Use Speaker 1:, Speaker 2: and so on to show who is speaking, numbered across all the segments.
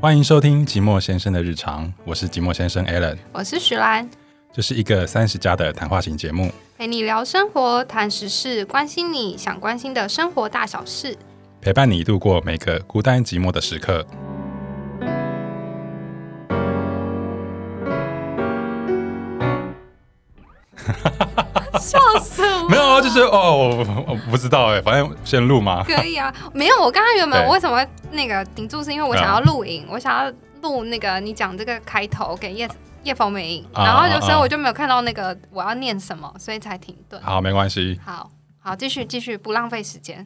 Speaker 1: 欢迎收听寂寞先生的日常，我是寂寞先生 Alan，
Speaker 2: 我是徐兰，
Speaker 1: 这是一个三十加的谈话型节目，
Speaker 2: 陪你聊生活、谈时事，关心你想关心的生活大小事。
Speaker 1: 陪伴你度过每个孤单寂寞的时刻。
Speaker 2: 笑死我！
Speaker 1: 没有啊，就是哦，我不知道哎，反正先录嘛。
Speaker 2: 可以啊，没有。我刚刚原本
Speaker 1: 对
Speaker 2: 我为什么会那个顶住，是因为我想要录影，我想要录那个你讲这个开头给叶叶枫美影，
Speaker 1: 啊
Speaker 2: 然后
Speaker 1: 啊
Speaker 2: 就所以
Speaker 1: 啊
Speaker 2: 我就没有看到那个我要念什么，所以才停顿。
Speaker 1: 好，没关系。
Speaker 2: 好好，继续继续，不浪费时间。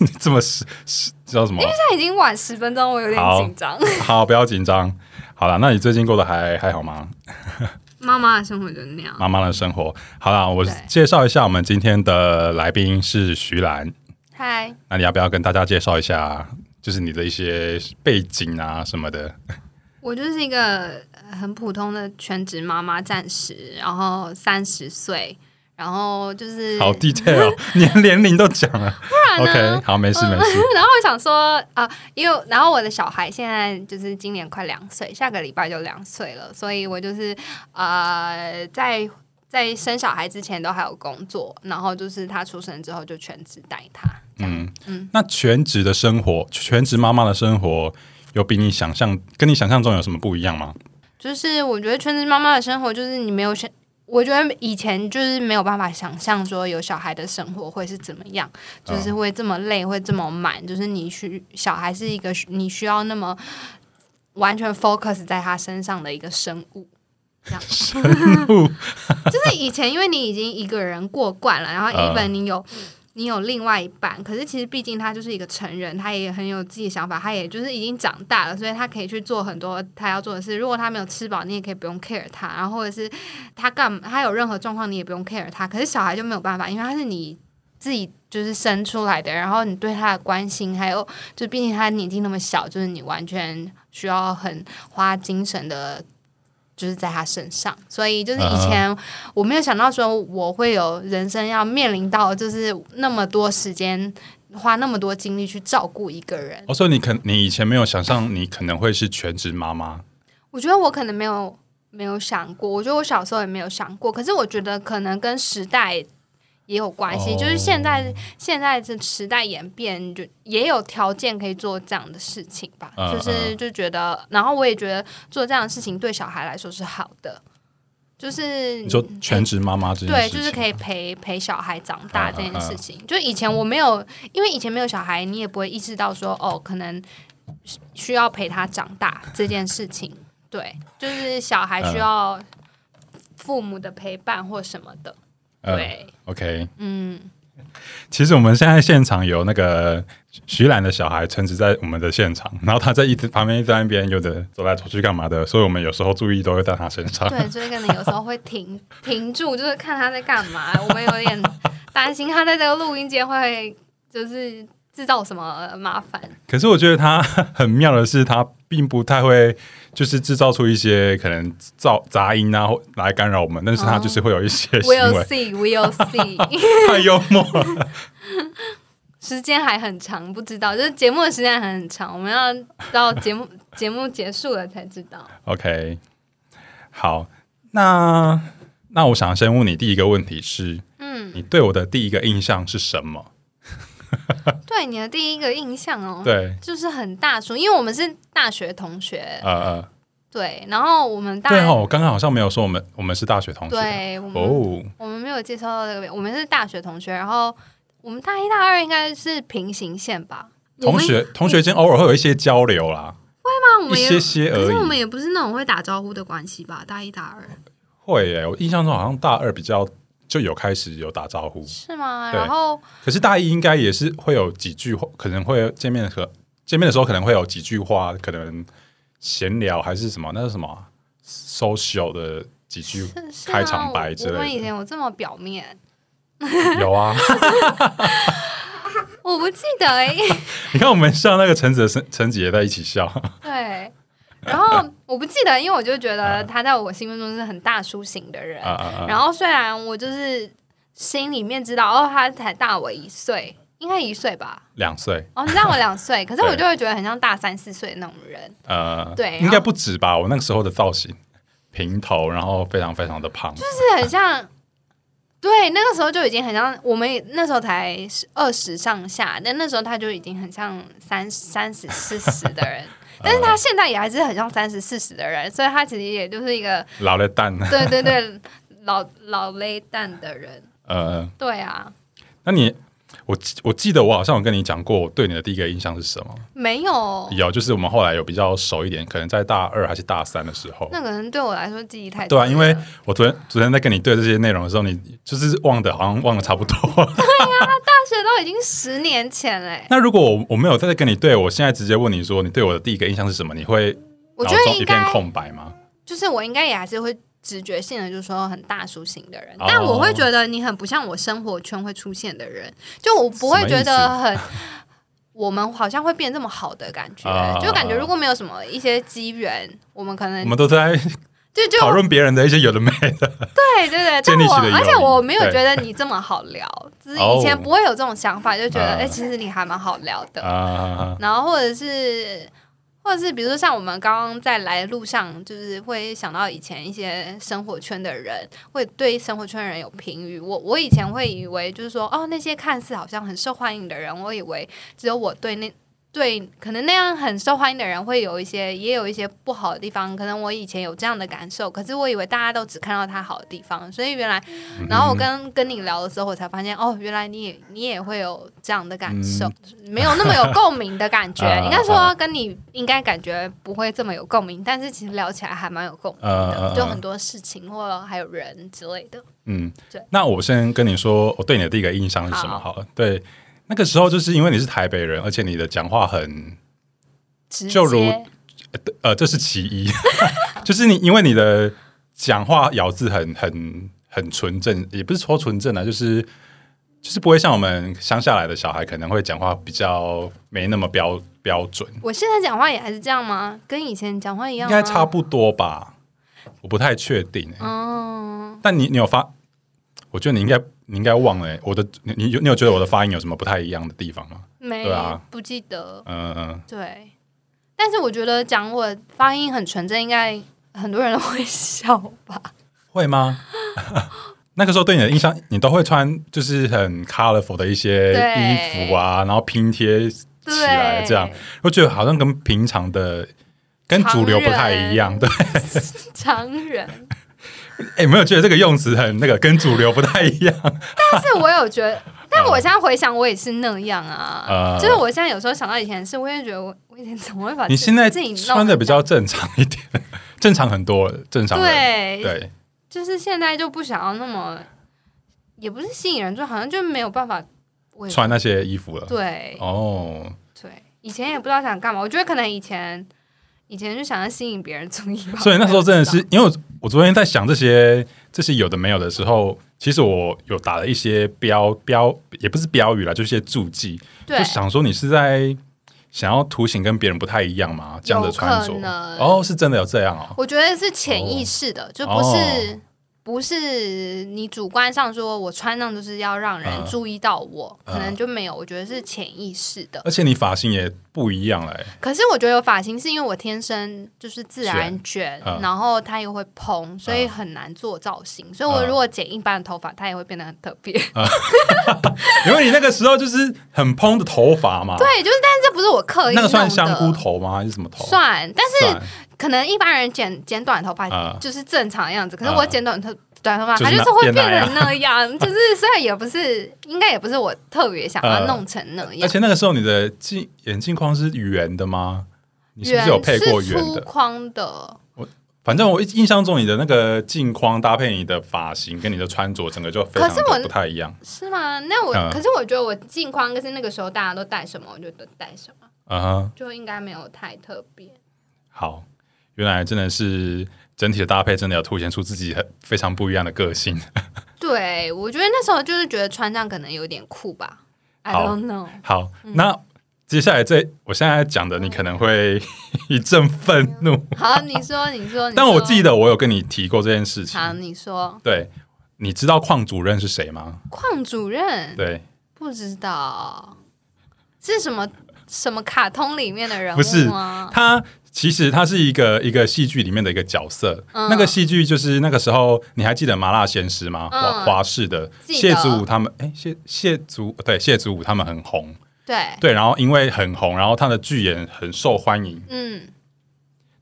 Speaker 1: 你这么是是叫什么？
Speaker 2: 现在已经晚十分钟，我有点
Speaker 1: 好
Speaker 2: 紧 张。
Speaker 1: 好，不要紧张。好了，那你最近过得还还好吗？
Speaker 2: 妈妈的生活就那样。
Speaker 1: 妈妈的生活。好啦，我
Speaker 2: 对
Speaker 1: 介绍一下我们今天的来宾是徐兰。
Speaker 2: 嗨，
Speaker 1: 那你要不要跟大家介绍一下，就是你的一些背景啊什么的？
Speaker 2: 我就是一个呃很普通的全职妈妈，暂时，然后三十岁，然后就是
Speaker 1: 好 detail，哦 连年龄都讲了。
Speaker 2: 不然
Speaker 1: OK，
Speaker 2: 呢？嗯
Speaker 1: 好，没事没事。
Speaker 2: 然后我想说啊、因为然后我的小孩现在就是今年快两岁，下个礼拜就两岁了，所以我就是呃在在生小孩之前都还有工作，然后就是他出生之后就全职带他。
Speaker 1: 嗯那全职的生活，全职妈妈的生活，有比你想象跟你想象中有什么不一样吗？
Speaker 2: 就是我觉得全职妈妈的生活，就是你没有想，我觉得以前就是没有办法想象说有小孩的生活会是怎么样，
Speaker 1: 嗯
Speaker 2: 就是会这么累，会这么满，就是你需小孩是一个需你需要那么完全 focus 在他身上的一个生物。这样 就是以前因为你已经一个人过惯了，然后
Speaker 1: 嗯
Speaker 2: even 你有、你有另外一半，可是其实毕竟他就是一个成人，他也很有自己的想法，他也就是已经长大了，所以他可以去做很多他要做的事。如果他没有吃饱，你也可以不用 care 他，然后或者是他干嘛他有任何状况，你也不用 care 他。可是小孩就没有办法，因为他是你自己就是生出来的，然后你对他的关心，还有就毕竟他年纪那么小，就是你完全需要很花精神的。就是在他身上，所以就是以前我没有想到说我会有人生要面临到就是那么多时间，花那么多精力去照顾一个人。
Speaker 1: 哦，所以你可你以前没有想象你可能会是全职妈妈，
Speaker 2: 我觉得我可能没有没有想过，我觉得我小时候也没有想过，可是我觉得可能跟时代也有关系，
Speaker 1: 哦
Speaker 2: 就是现在现在这时代演变，就也有条件可以做这样的事情吧，
Speaker 1: 嗯
Speaker 2: 就是就觉得，然后我也觉得做这样的事情对小孩来说是好的，就是
Speaker 1: 你说全职妈妈这件
Speaker 2: 嗯对，
Speaker 1: 事情，啊
Speaker 2: 就是可以陪陪小孩长大
Speaker 1: 嗯
Speaker 2: 这件事情。就以前我没有，因为以前没有小孩，你也不会意识到说哦，可能需需要陪他长大这件事情。对，就是小孩
Speaker 1: 嗯
Speaker 2: 需要父母的陪伴或什么的。
Speaker 1: 呃
Speaker 2: 对，
Speaker 1: OK，
Speaker 2: 嗯，
Speaker 1: 其实我们现在现场有那个徐兰的小孩陈子在我们的现场，然后他在一直旁边一直在那边有的走来走去干嘛的，所以我们有时候注意都会在他身上。
Speaker 2: 对，所以可能有时候会停 停住，就是看他在干嘛。我们有 点担心他在这个录音间会就是制造什么麻烦。
Speaker 1: 可是我觉得他 很妙的是，他并不太会就是制造出一些 可能噪杂音啊或来干扰我们，但是他就是会有一些行
Speaker 2: We'll
Speaker 1: 为，
Speaker 2: see, we'll see。
Speaker 1: 太幽默了。
Speaker 2: 时间还很长，不知道，就是节目的时间还很长，我们要到节目 节目结束了才知道。
Speaker 1: OK，好，那那我想先问你第一个问题是，
Speaker 2: 嗯，
Speaker 1: 你对我的第一个印象是什么？
Speaker 2: 对你的第一个印象哦，
Speaker 1: 对，
Speaker 2: 就是很大叔，因为我们是大学同学，
Speaker 1: 呃呃，
Speaker 2: 对，然后我们大
Speaker 1: 对哦，我刚刚好像没有说我们我们是大学同学。
Speaker 2: 对我们、
Speaker 1: 哦，
Speaker 2: 我们没有介绍到这个，我们是大学同学，然后我们大一大二应该是平行线吧，我
Speaker 1: 同
Speaker 2: 们
Speaker 1: 学同学间偶尔会有一些交流啦，
Speaker 2: 那我
Speaker 1: 一
Speaker 2: 们也
Speaker 1: 些些
Speaker 2: 可
Speaker 1: 而
Speaker 2: 是我
Speaker 1: 已。
Speaker 2: 们也不是那种会打招呼的关系吧，大一大二。
Speaker 1: 会耶，我印象中好像大二比较就有开始有打招呼，
Speaker 2: 是吗？
Speaker 1: 对
Speaker 2: 然后
Speaker 1: 可是大一应该也是会有几句话，可能会见面和见面的时候可能会有几句话，可能闲聊还是什么，那是什么啊 social 的几句
Speaker 2: 是是吗
Speaker 1: 开场白之
Speaker 2: 我我们
Speaker 1: 类
Speaker 2: 以
Speaker 1: 的，
Speaker 2: 前有这么表面，
Speaker 1: 有啊。
Speaker 2: 我不记得哎、
Speaker 1: 你看我们像那个陈子的陈陈子也在一起笑，啊
Speaker 2: 对，然后我不记得，因为我就觉得他在我心目中是很大叔型的人。
Speaker 1: 啊啊啊啊！
Speaker 2: 然后虽然我就是心里面知道，哦，他才大我一岁，应该一岁吧。
Speaker 1: 两岁，
Speaker 2: 哦，你让我两岁，可是我
Speaker 1: 对
Speaker 2: 就会觉得很像大三四岁的那种人。
Speaker 1: 呃，
Speaker 2: 对
Speaker 1: 应
Speaker 2: 然
Speaker 1: 该
Speaker 2: 后
Speaker 1: 不止吧？我那个时候的造型，平头，然后非常非常的胖，
Speaker 2: 就是很像，对，那个时候就已经很像，我们也那时候才二十上下，但那时候他就已经很像三三十四十的 人，但
Speaker 1: 啊
Speaker 2: 是他现在也还是很像三十四十的人，所以他其实也就是一个
Speaker 1: 老了蛋，
Speaker 2: 对对对老老勒蛋的人，
Speaker 1: 呃，
Speaker 2: 对啊，
Speaker 1: 那你，我记我记得我好像有跟你讲过，我对你的第一个印象是什么？
Speaker 2: 没有，
Speaker 1: 有，就是我们后来有比较熟一点，可能在大二还是大三的时候。
Speaker 2: 那可能对我来说记忆太
Speaker 1: 对啊，
Speaker 2: 差
Speaker 1: 因为
Speaker 2: 了
Speaker 1: 我昨天昨天在跟你对这些内容的时候，你就是忘的，好像忘的差不 多。
Speaker 2: 大学都已经十年前欸嘞、
Speaker 1: 那如果我我没有再跟你对，我现在直接问你说，你对我的第一个印象是什么？你会
Speaker 2: 我
Speaker 1: 脑
Speaker 2: 觉得
Speaker 1: 中一
Speaker 2: 应
Speaker 1: 片
Speaker 2: 该
Speaker 1: 空白吗？
Speaker 2: 就是我应该也还是会直觉性的，就是说很大叔型的人，
Speaker 1: 哦
Speaker 2: 但我会觉得你很不像我生活圈会出现的人，就我不会觉
Speaker 1: 什么
Speaker 2: 得很。我们好像会变这么好的感觉，
Speaker 1: 啊嗯
Speaker 2: 就感觉如果没有什么一些机缘，我们可能
Speaker 1: 我们都在
Speaker 2: 就就
Speaker 1: 讨论别人的一些有的没的。
Speaker 2: 对对对。
Speaker 1: 建
Speaker 2: 但
Speaker 1: 立
Speaker 2: 我
Speaker 1: 起了友谊
Speaker 2: 而且我没有
Speaker 1: 对
Speaker 2: 觉得你这么好聊，只是
Speaker 1: 哦
Speaker 2: 以前不会有这种想法，就觉得
Speaker 1: 啊
Speaker 2: 哎、其实你还蛮好聊 的。
Speaker 1: 啊，
Speaker 2: 然后或者是，或者是比如说像我们刚刚在来的路上，就是会想到以前一些生活圈的人，会对生活圈的人有评语。我我以前会以为就是说，哦，那些看似好像很受欢迎的人，我以为只有我对那。对，可能那样很受欢迎的人会有一些，也有一些不好的地方。可能我以前有这样的感受，可是我以为大家都只看到他好的地方，所以原来，
Speaker 1: 嗯
Speaker 2: 然后我跟跟你聊的时候，我才发现，哦，原来你也你也会有这样的感受。没有那么有共鸣的 感觉，
Speaker 1: 嗯啊
Speaker 2: 应该说跟你应该感觉不会这么有共鸣，但是其实聊起来还蛮有共鸣
Speaker 1: 呃
Speaker 2: 的，
Speaker 1: 呃
Speaker 2: 啊就
Speaker 1: 呃
Speaker 2: 很多事情或还有人之类的。
Speaker 1: 嗯
Speaker 2: 对，
Speaker 1: 那我先跟你说，我对你的第一个印象是什么
Speaker 2: 好
Speaker 1: 好了。对，那个时候就是因为你是台北人，而且你的讲话很
Speaker 2: 直接
Speaker 1: 就如呃，这是其一， 就是你因为你的讲话咬字很很很纯正，也不是说纯正啊，就是就是不会像我们乡下来的小孩可能会讲话比较没那么标标准，
Speaker 2: 我现在讲话也还是这样吗？跟以前讲话一
Speaker 1: 应
Speaker 2: 样吗？
Speaker 1: 该差不多吧，我不太确定、欸。
Speaker 2: 嗯，
Speaker 1: 但你你有发？我觉得你应该你应该忘了、欸、我的你你有你有觉得我的发音有什么不太一样的地方吗？
Speaker 2: 没、
Speaker 1: 对啊
Speaker 2: 不记得。
Speaker 1: 嗯、嗯，
Speaker 2: 对，但是我觉得讲我发音很纯正，应该很多人都会 笑吧？
Speaker 1: 会吗？ 那个时候对你的印象，你都会穿就是很 colorful 的一些
Speaker 2: 对
Speaker 1: 衣服啊，然后拼贴起来
Speaker 2: 对，
Speaker 1: 这样，我觉得好像跟平常的跟主流不太一样。对，
Speaker 2: 常人。
Speaker 1: 哎，没有觉得这个用词很那个，跟主流不太一 样。
Speaker 2: 但是我有觉得，
Speaker 1: 嗯
Speaker 2: 但我现在回想，我也是那样啊。
Speaker 1: 啊
Speaker 2: 就是我现在有时候想到以前的事，我也觉得我我以前怎么会把
Speaker 1: 你
Speaker 2: 自
Speaker 1: 现在
Speaker 2: 自己弄成
Speaker 1: 穿的比
Speaker 2: 这样
Speaker 1: 较正常一点，正常很多了，正常人
Speaker 2: 对，
Speaker 1: 对，
Speaker 2: 就是现在就不想要那么，也不是吸引人，就好像就没有办法我也
Speaker 1: 穿那些衣服了。
Speaker 2: 对
Speaker 1: 哦，
Speaker 2: 对，以前也不知道想干嘛，我觉得可能以前以前就想要吸引别人注意吧。
Speaker 1: 所以那时候真的
Speaker 2: 我也
Speaker 1: 是，因为我我昨天在想这些这些有的没有的时候，其实我有打了一些标标，也不是标语啦，就是一些注记，
Speaker 2: 不知道
Speaker 1: 就想说你是在想要图形跟别人不太一样嘛，这样的穿着
Speaker 2: 有可。能
Speaker 1: 哦，是真的有这样哦。
Speaker 2: 对，我觉得是潜意识的，就不是、不是你主观上说我穿上就是要让人
Speaker 1: 嗯
Speaker 2: 注意到我，
Speaker 1: 嗯
Speaker 2: 可能就没有，我觉得是潜意识的。
Speaker 1: 而且你发型也不一样嘞、
Speaker 2: 可是我觉得有发型是因为我天生就是自然卷，
Speaker 1: 嗯
Speaker 2: 然后它又会蓬，所以很难做造型。所以我如果剪一般的头发，它也会变得很特别。
Speaker 1: 嗯因为你那个时候就是很蓬的头发嘛，
Speaker 2: 对，就是，但是这不是我刻意
Speaker 1: 那个算
Speaker 2: 弄的
Speaker 1: 香菇，头吗？还是什么头？
Speaker 2: 算，但
Speaker 1: 算
Speaker 2: 是可能一般人剪剪短头发
Speaker 1: 嗯
Speaker 2: 就是正常的样子，可是
Speaker 1: 嗯
Speaker 2: 我剪短头。短头发，
Speaker 1: 就是
Speaker 2: 它就是
Speaker 1: 那
Speaker 2: 会变
Speaker 1: 变那
Speaker 2: 成那 样，就是虽然也不是，应该也不是我特别想要
Speaker 1: 嗯
Speaker 2: 弄成那
Speaker 1: 而
Speaker 2: 样。
Speaker 1: 且那个时候你的镜眼镜框是圆的吗？你是不
Speaker 2: 圆
Speaker 1: 是有配过
Speaker 2: 是
Speaker 1: 圆
Speaker 2: 粗
Speaker 1: 的？
Speaker 2: 框的，
Speaker 1: 反正我印象中你的那个镜框搭配你的发型跟你的穿着，整个就非常
Speaker 2: 可是我
Speaker 1: 的不太一样。
Speaker 2: 是吗？那我、
Speaker 1: 嗯
Speaker 2: 可是我觉得我镜框就是那个时候大家都戴什么，我就都戴什么，
Speaker 1: 嗯哼，
Speaker 2: 就应该没有太特别。
Speaker 1: 好，原来真的是整体的搭配真的有凸显出自己很非常不一样的个性。
Speaker 2: 对，我觉得那时候就是觉得穿上可能有点酷吧。I
Speaker 1: 好
Speaker 2: don't know。
Speaker 1: 好，
Speaker 2: 嗯
Speaker 1: 那接下来这我现在讲的，你可能会一阵愤怒，
Speaker 2: 好，你说，你嗯说，你说
Speaker 1: 但我记得我有跟你提过这件事情。
Speaker 2: 好，你说，嗯
Speaker 1: 对，你知道邝主任是谁吗？
Speaker 2: 邝主任
Speaker 1: 对，
Speaker 2: 不知道是什么什么卡通里面的人
Speaker 1: 不是
Speaker 2: 物吗？
Speaker 1: 他其实他是一个一个戏剧里面的一个角色。
Speaker 2: 嗯
Speaker 1: 那个戏剧就是那个时候，你还记得《麻辣鲜师》吗？
Speaker 2: 嗯
Speaker 1: 华华视的
Speaker 2: 记得
Speaker 1: 谢祖武他们，哎，谢谢祖对谢祖武他们很红，
Speaker 2: 对，
Speaker 1: 对，然后因为很红，然后他的剧也很受欢迎，
Speaker 2: 嗯，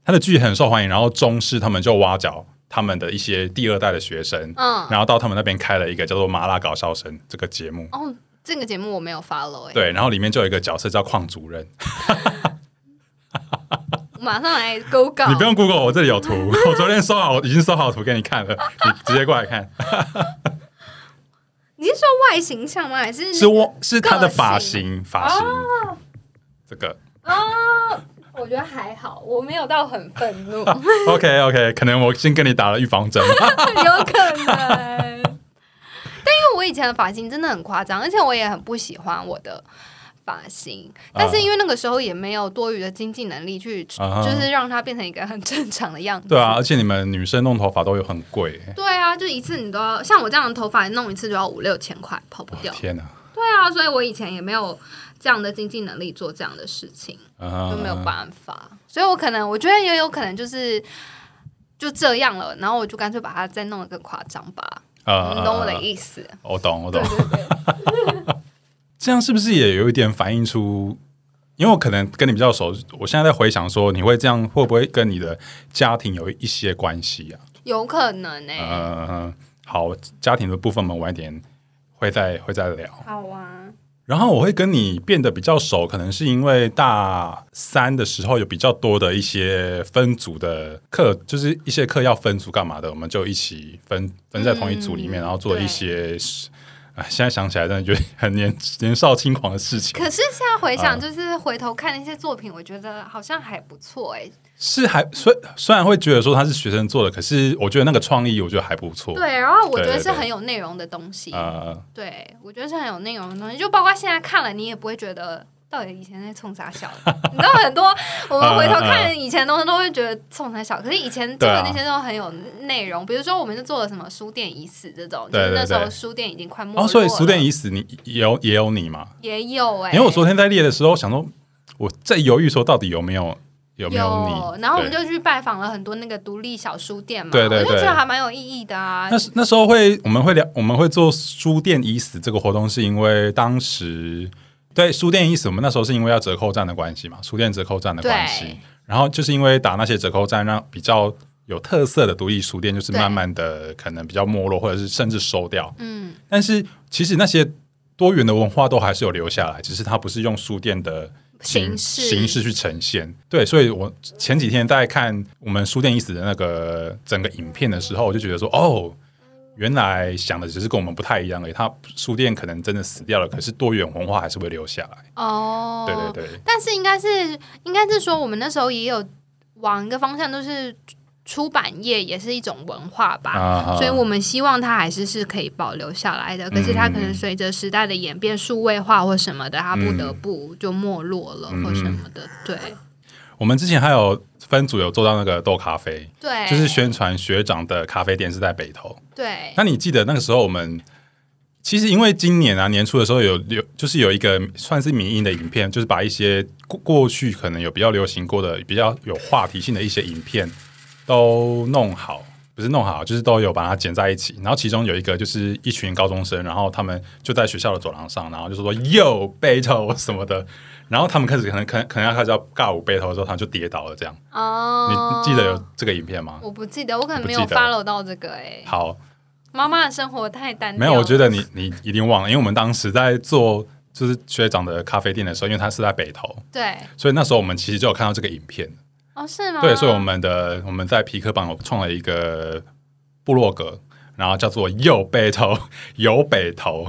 Speaker 1: 他的剧很受欢迎，然后中视他们就挖角他们的一些第二代的学生，
Speaker 2: 嗯
Speaker 1: 然后到他们那边开了一个叫做《麻辣搞笑生》这个节目。
Speaker 2: 哦，这个节目我没有 follow 哎、
Speaker 1: 对，然后里面就有一个角色叫邝主任，
Speaker 2: 我马上来 Google，
Speaker 1: 你不用 Google，我这里有图，我昨天搜好，已经搜好图给你看了，你直接过来看。
Speaker 2: 你是说外形像吗？还是
Speaker 1: 是我是他的发型，发型、这个
Speaker 2: 哦，我觉得还好，我没有到很愤怒，
Speaker 1: OK OK，可能我先跟你打了预防针，
Speaker 2: 有可能。但因为我以前的发型真的很夸张，而且我也很不喜欢我的发型。但是因为那个时候也没有多余的经济能力去，
Speaker 1: 啊
Speaker 2: 就是让它变成一个很正常的样子。
Speaker 1: 对啊，而且你们女生弄头发都有很贵、欸，
Speaker 2: 对啊，就一次你都要像我这样的头发弄一次就要五六千块，跑不掉。
Speaker 1: 哦天哪、
Speaker 2: 对啊，所以我以前也没有这样的经济能力做这样的事情。
Speaker 1: 啊
Speaker 2: 就没有办法，所以我可能我觉得也有可能就是就这样了，然后我就干脆把它再弄得更夸张吧，
Speaker 1: 啊
Speaker 2: 你懂我的
Speaker 1: 思？
Speaker 2: 意思？
Speaker 1: 我懂，我
Speaker 2: 对
Speaker 1: 懂。
Speaker 2: 对对，
Speaker 1: 这样是不是也有一点反映出？因为我可能跟你比较熟，我现在在回想说，你会这样会不会跟你的家庭有一些关系啊？
Speaker 2: 有可能欸呢、
Speaker 1: 呃，好，家庭的部分我们晚一点会再会再聊。
Speaker 2: 好啊，
Speaker 1: 然后我会跟你变得比较熟，可能是因为大三的时候有比较多的一些分组的课，就是一些课要分组干嘛的，我们就一起分分在同一组里面，
Speaker 2: 嗯
Speaker 1: 然后做一些事。哎，现在想起来真的觉得很年年少轻狂的事情
Speaker 2: 可，是现在回
Speaker 1: 啊
Speaker 2: 想，就是回头看那些作品，我觉得好像还不错哎、
Speaker 1: 是还虽虽然会觉得说他是学生做的，可是我觉得那个创意我觉得还不错。
Speaker 2: 对，然后我觉
Speaker 1: 对
Speaker 2: 得
Speaker 1: 对
Speaker 2: 是
Speaker 1: 对
Speaker 2: 很有内容的东西，
Speaker 1: 呃，
Speaker 2: 对我觉得是很有内容的东西，就包括现在看了，你也不会觉得。到底以前在冲啥小？你知道很多我们回
Speaker 1: 嗯
Speaker 2: 头看以前的东西都会觉得冲啥小，可是以前做
Speaker 1: 啊
Speaker 2: 的那些都很有内容。比如说，我们就做了什么书店已死这种，就
Speaker 1: 对
Speaker 2: 是
Speaker 1: 对
Speaker 2: 那时候
Speaker 1: 对
Speaker 2: 书店已经快没
Speaker 1: 然后
Speaker 2: 落了。
Speaker 1: 所以苏电已死，你也有也有你嘛？
Speaker 2: 也有哎、
Speaker 1: 因为我昨天在列的时候想说，我在犹豫说到底有没有有没
Speaker 2: 有
Speaker 1: 你，
Speaker 2: 然后我
Speaker 1: 对
Speaker 2: 们就去拜访了很多那个独立小书店嘛，
Speaker 1: 对对
Speaker 2: 我就觉
Speaker 1: 对
Speaker 2: 得还蛮有意义的啊
Speaker 1: 那。时那时候会，我们会聊，我们会做书店已死这个活动，是因为当时对书店已死，我们那时候是因为要折扣战的关系嘛，书店折扣战的关系
Speaker 2: 对。
Speaker 1: 然后就是因为打那些折扣战，让比较有特色的独立书店，就是
Speaker 2: 对
Speaker 1: 慢慢的可能比较没落，或者是甚至收掉。
Speaker 2: 嗯，
Speaker 1: 但是其实那些多元的文化都还是有留下来，只是它不是用书店的
Speaker 2: 形式
Speaker 1: 形式去呈现。对，所以我前几天在看我们书店已死的那个整个影片的时候，我就觉得说，哦，原来想的只是跟我们不太一样而已。它书店可能真的死掉了，可是多元文化还是会留下来。
Speaker 2: 哦，
Speaker 1: 对对对，
Speaker 2: 但是应该是应该是说，我们那时候也有往一个方向，就是出版业也是一种文化吧。
Speaker 1: 啊
Speaker 2: 所以，我们希望它还是是可以保留下来的，可是它可能随着时代的演变，数位化或什么的，它不得不就没落了
Speaker 1: 嗯
Speaker 2: 或什么的。对
Speaker 1: 我们之前还有分组有做到那个豆咖啡，
Speaker 2: 对，
Speaker 1: 就是宣传学长的咖啡店是在北投。
Speaker 2: 对
Speaker 1: 那你记得那个时候我们其实因为今年啊年初的时候有有就是有一个算是民音的影片，就是把一些过过去可能有比较流行过的、比较有话题性的一些影片都弄好，不是弄好，就是都有把它剪在一起。然后其中有一个就是一群高中生，然后他们就在学校的走廊上，然后就说 “Yo battle” 什么的。然后他们开始可能可能可能要开始要尬舞 battle 的时候，他们就跌倒了。这样，
Speaker 2: 哦，
Speaker 1: 你记得有？这个影片吗？
Speaker 2: 我不记得，我可能没
Speaker 1: 我
Speaker 2: 有
Speaker 1: 不记得
Speaker 2: follow 到这个哎、
Speaker 1: 好，
Speaker 2: 妈妈的生活太单调
Speaker 1: 没
Speaker 2: 了。
Speaker 1: 有，我觉得你你一定忘了，因为我们当时在做就是学长的咖啡店的时候，因为他是在北投，
Speaker 2: 对
Speaker 1: 所以那时候我们其实就有看到这个影片。
Speaker 2: 哦，是吗？
Speaker 1: 对，所以我们的我们在皮克榜有创了一个部落格，然后叫做右北投有北投，